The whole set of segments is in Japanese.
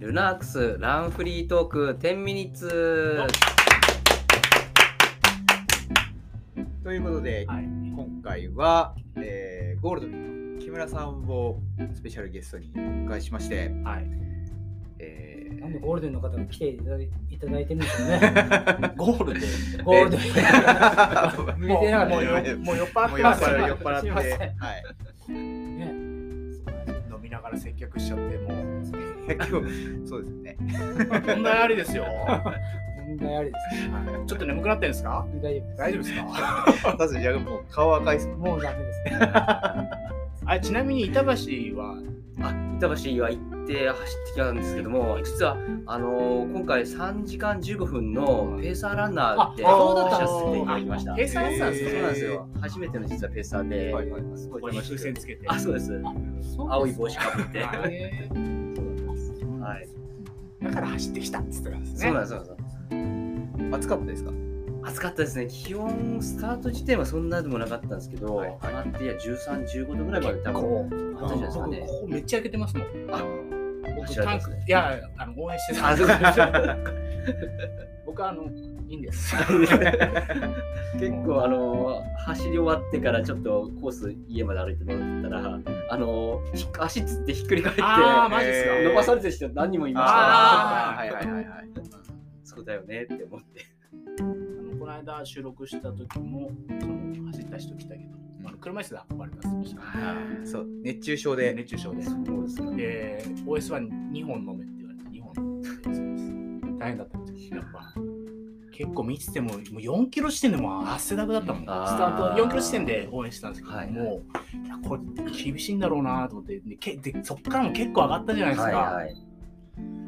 ルナークスランフリートーク10ミニッツということで、はい。今回は、えーゴールドウィークの木村さんをスペシャルゲストにお迎えしまして、はい。えなんでゴールデンの方が来ていただいいただいてるんでしょうね。ゴールで。ゴールデン。ー見てなかったもうよ酔っもう酔っ払もっうて酔っ払っますて酔っ払すいまっせてん、はい、ね、飲みながら接客しちゃって、もう。今日そうですね。問題ありですよ。問題ありですね。 ちょっと眠くなってんですか大丈夫です。大丈夫ですか確かにじゃあもう顔赤いっす。もうダメですね。 あちなみに板橋は、あ板橋は行って走ってきたんですけども実はあのー今回3時間15分のペーサーランナーであそうだ走ったらんでせてすねいただきましたあペーサーやってたんですそかうなんですよ初めての実はペーサーで、はいはいはいすこごいこに楽し風く船つけて。あそうです青い帽子かぶってはいへはい、だから走ってきたっつってたんですね。そうなんですそうなんです暑かったですか。暑かったですね気温スタート時点はそんなでもなかったんですけど、はい上がっていや1315度ぐらいまで多分こう、あったんじゃないですか僕、ねここめっちゃ開けてますもん。あ僕、知らなタいンですクね、いや、あの応援してたあそうです 僕、あの、いいんです。 結構あの走り終わってからちょっとコース家まで歩いて戻ったらあのひ足つってひっくり返ってああ、マジですか。えー伸ばされてる人何人もいましたあーはいはいはいはい。そうだよねって思ってあのこの間収録した時もその走った人来たけど、あの車椅子で運ばれたんですよそう熱中症で。熱中症で。そうですねで、OS は2本飲めって言われて、2本飲めって言われてそうです大変だったんですよ。やっぱ結構見てても、もう4キロ地点でもう汗だくだったもん。スタあーート4キロ地点で応援してたんですけど、はいもういやこれ厳しいんだろうなと思って、でけでそっからも結構上がったじゃないですか。はいはい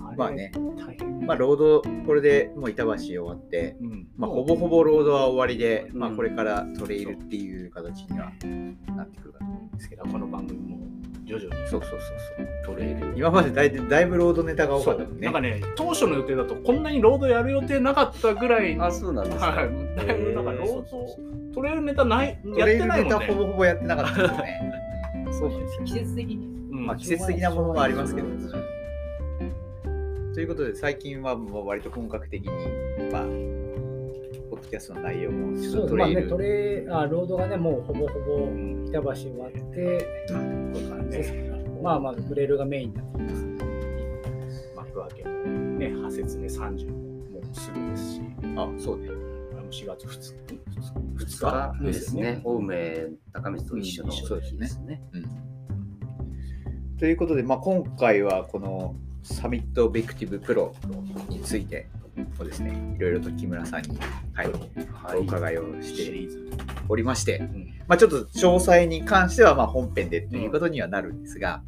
あれまあね、大変。まあロードこれでもう板橋終わって。うんまあ、ほぼほぼロードは終わりで、まあ、うんこれからトレイルっていう形にはなってくるかと思うんですけど、この番組も徐々にそうそうそうそトう。レイル今までだいだいぶロードネタが多かそったうもんなねんか。ね、当初の予定だとこんなにロードやる予定なかったぐらい、はあそうなんですか、い、だいぶなんかローえーそうそうそド、トレイルネタない、トやっレイてルなネいもタんね。ほぼほぼやってなか ったですね。 そうなんですよ季節的に。うんまあ、季節的なものもありますけどそうですね。ということで、最近はもう割と本格的に、まあ、ポッドキャストの内容もちょっそとうトまあレイね、ル、トレーあロードがね、もうほぼほぼうん板橋終わって、こういう感じでまあまあ、グレールがメインになってきます。幕開けも、ね、派切ね30ももうすぐですし、あ、そうね。あの4月2日、 2日でですすねね青梅高道と一緒のうんそうです日ねですねということで、まあ、今回はこのサミットオブジェクティブプロについてをですね、いろいろと木村さんに、はい、はいお伺いをシしてリーズ。おりまして、うんまあ、ちょっと詳細に関してはまあ本編でということにはなるんですが、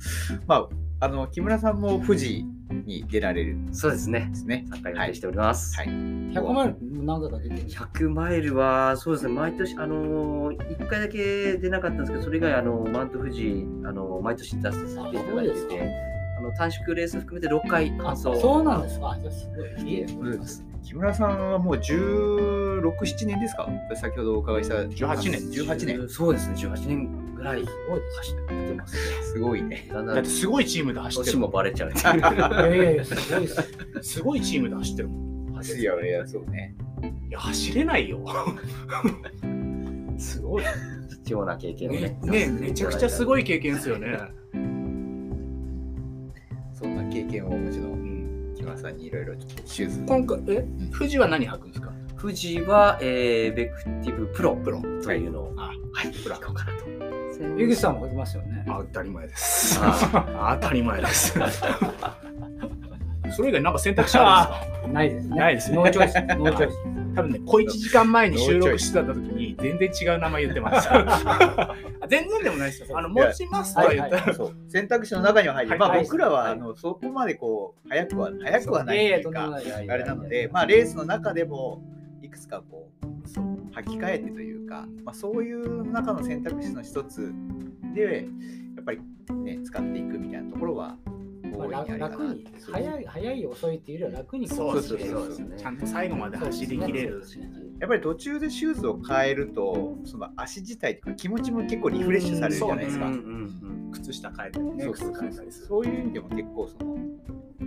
まあ、あの木村さんも富士に出られるんでそうですねすね。参加予定しております、はい100万何度か出てる。 100マイルは、そうですね、毎年、あのー、1回だけ出なかったんですけど、それ以外、あのー、マウント富士、あのー、毎年出させていただいてあそうですかて、あの、短縮レース含めて6回完あ、走。そうなんですか。じゃあ、すごい。いいですそうです木村さんはもう16、7年ですか先ほどお伺いした18年18年。 10そうですね、18年ぐらいごいです走ってますね。すごいね。だんだだっんて、すごいチームで走って年るももん。バレちゃう。いやいやいや、すごいです。すごいチームで走ってるもん。いや、いや、そうね。いや、走れないよ。すごい。貴重な経験をねね。ねめちゃくちゃすい。ごい経験ですよね。そんな経験をお持ちのうん木村さんにいろいろシューズ今回、え、富士は何履くんですか富士は、えー、ベクティブプロプロというのを、ははいい、行こうかなと。井口さんも書きますよね。当たり前ですあ 当たり前です。それ以外なんか選択肢あないですね。ないですねノーチ ョイス。ノーチョイス。るんですか多分ね、小1時間前に収録してた時に全然違う名前言ってます。全然でもないですよ。あの、いや持ちますとは言ったら。そう選択肢の中には入って、まはあ、い僕らは、はいあのそこまでこう早くは早くはないやといいや、とうんでもかないです。あれなので、まあ、レースの中でもいくつかこう履き替えてというか、まあ、そういう中の選択肢の一つでやっぱりね使っていくみたいなところはま大あいにあ楽るかな楽にそう早い早い遅いっていうよりは楽にそうですねそうそうそうちゃんと最後まで走り切れる。やっぱり途中でシューズを変えるとその足自体とか気持ちも結構リフレッシュされるじゃないですか。うんうんうん靴下変えたりね、そう靴そう変えそたうりする。そういう意味でも結構その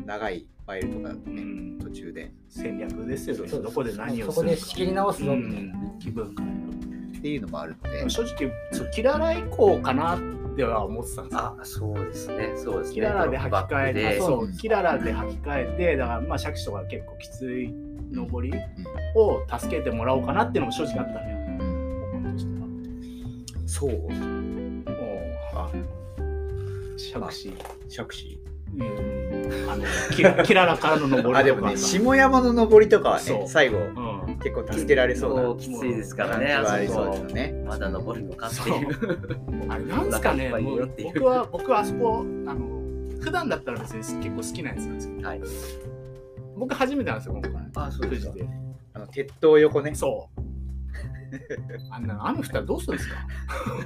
長いマイルとかうね、ん、途中で戦略ですよねそうどこで何をそすこるかで仕切り直すぞみたいな。うん気分変えるっていうのもあるので、正直そうキララ以降かなっては思ってたんですよあ、そうですね。そうですね。キララで履き替えて、て、あそうう、キララで履き替えて、だから、まあ、シャキとか結構きつい上りを助けてもらおうかなっていうのも正直あったのよ、うん僕としては。そう、もあう、シャクシ、杓子。うん、あのキラ、キララからの上りとか。あ、でもね、下山の登りとかはそね、う最後、うん。結構助けられそうなそうきついですからね、感じはありそうあでそすよこ。ね。まだ登るのかっていう。あれ、なんすかお腹いね、っぱいもによっうていう僕は、僕はあそこ、あの、普段だったら別に結構好きなやつなんですけど、はい。僕初めてなんですよ、今回。 あ、そう富です士か。で。あの鉄塔横ね。そう。あんなあの人はどうするんで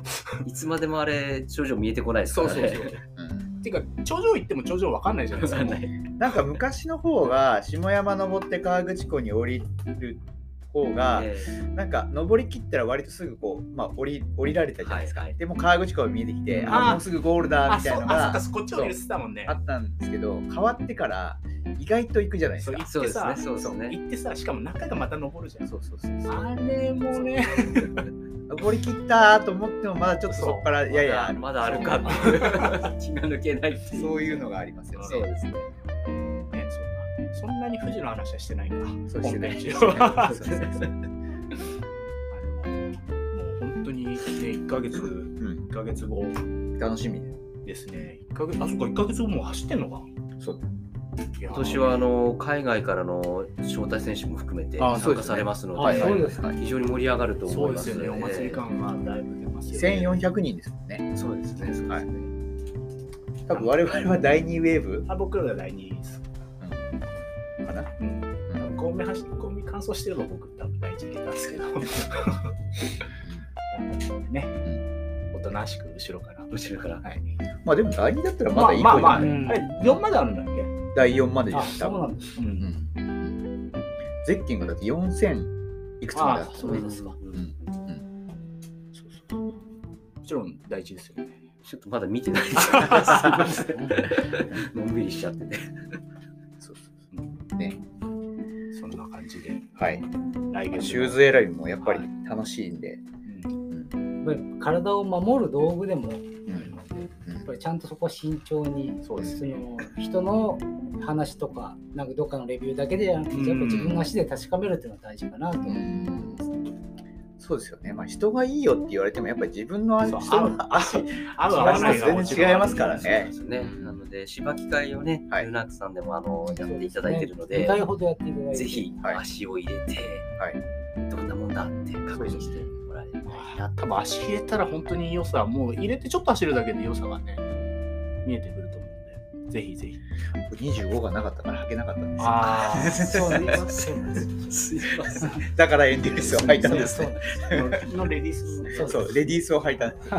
すかいつまでもあれ、症状見えてこないですかそうらそね。うそう。うん ていうか、頂上行っても頂上わかんないじゃないですか。わかんないなんか昔の方が下山登って川口湖に降りる方が、えなんか登りきったら割とすぐこう、まあ、降り降りられたじゃないですか、はいはいでも川口湖が見えてきて、うんああーもうすぐゴールだあ、みそたいうなのあ、がそっか、こっちを見るってたもんねあ。ったんですけど変わってから意外と行くじゃないですそうか行ってさ、そうですねそうですね行ってさ、しかも中がまた登るじゃん。そうそうそうそうあれもね、登りきったと思ってもまだちょっとそこからえややまだまだある かっていう。気が抜けないっていう。そういうのがありますよねそうですね。ねそんなそんなに富士の話はしてないか。そうしてないし本て編ないそ中うはそうそうそうあれはもう本当にね、1ヶ月、1うヶ月後ん楽しみですね。一ヶ月あ、そっか、1ヶ月後もう走ってんのか。そう今今年はあの海外からの招待選手も含めてあそ参うで加すねされますので、あはいそうですか。非常に盛り上がるとそ思いうでますすよね、お祭り感がだいぶ出ますよね。 1400人ですもんねそうですね。そうですね。はい多分我々は第2ウェーブあ、僕らが第2位です。かな、うんうんゴミ走ゴミ乾燥してれば僕多分第一に入れたんですけどね、おとなしく後ろから後ろからはいまあでも第2だったらままだあ1個じまあまあ、ゃうないんあれ4まであるんだっけ、第4までじゃあ、ない多そう分なんです。うう、んんゼッケンがだって4000いくつまであったあそうですか。んそうそうもちろん第一ですよねちょっとまだ見てないです。すいませ んのんびりしちゃってて。そうそうねそんな感じではい来月のシューズ選びもやっぱり楽しいんで、うんやっぱり体を守る道具でも、やうんっぱりちゃんとそこは慎重に、そうですその人の話とか、なんかどっかのレビューだけでじゃなくて、うんやっぱ自分の足で確かめるっていうのは大事かなと。そうですよね、まあ、人がいいよって言われてもやっぱり自分のそう人の足合う違い合わまないすが全然違いますからそうねですね。なので、芝機会をね、はいルナックさんでもあのやっていただいてるの2で、回ほどやっていただいて。ぜひはい足を入れて、どんなもんだって確認してもらえればいいなと多分足入れたら本当に良さもう入れてちょっと走るだけで良さがね見えてくると思うんでぜひぜひ25がなかったから履けなかったんですよああそうなんです。そうなんですすいません。だからエンディースを履いたんですそうねなんです のレディースのそうレディースを履いたんです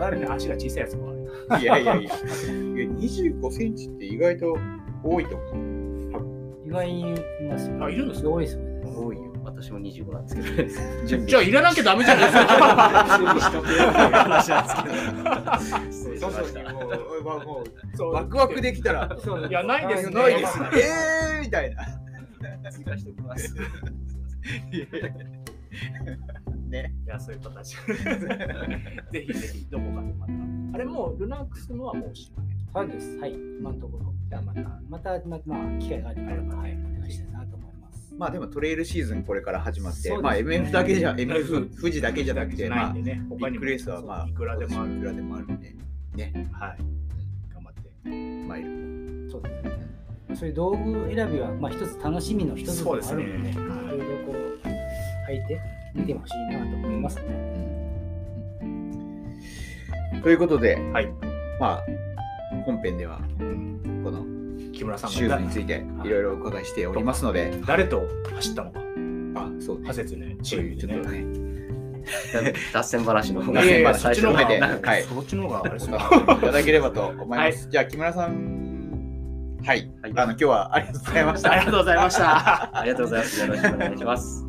あるね、足が小さいやつもある。いやいやいや25センチって意外と多いと思意外にいますよ。あいるんですか多いですよね。う多いよ私も25なんですけど、じゃあ、いらなきゃダメじゃないですか。失礼しそまうそうした。もうもうも そうワクワクできたらそういや、ないですよ、ないですねえーみたいな追加しておきます。ねいや、そういう 形。ぜひぜひ、どこかでまた。あれ、もう、ルナックスのはもうおしまい。そうです。はい、今のところ。じゃあ、また。また、ままあ、機会があれば、はい、お願いしたいなと思います。まあでもトレイルシーズンこれから始まって、そうですまあ MF だけじゃ、うん MF 富士だけじゃなくて、ないまあんでね、ビ他ッにもグレースはまあいくらでもある。いくらでもあるんで、はい。頑張って。マイル。そうですね。そういう道具選びは、まあ、一つ楽しみの一つでもあるので、そうですねはいいろいろこう、履いて、見てほしいなと思いますね。ということで、はいまあ本編ではこの木村さんシューズにがついていろいろお伺いしておりますので、誰と走ったのか、あ、そう派説ね、チそういーうちムょでっとね。ね、脱線話の方いがやいや、そっ最ち初のの方方がで、なんかはいそっちの方があれですお か。楽しみいただければと思います。じゃあ木村さん、はい、はいあの今日はありがとうございましたあ。りがとうございました。ありがとうございます。よろしくお願いします。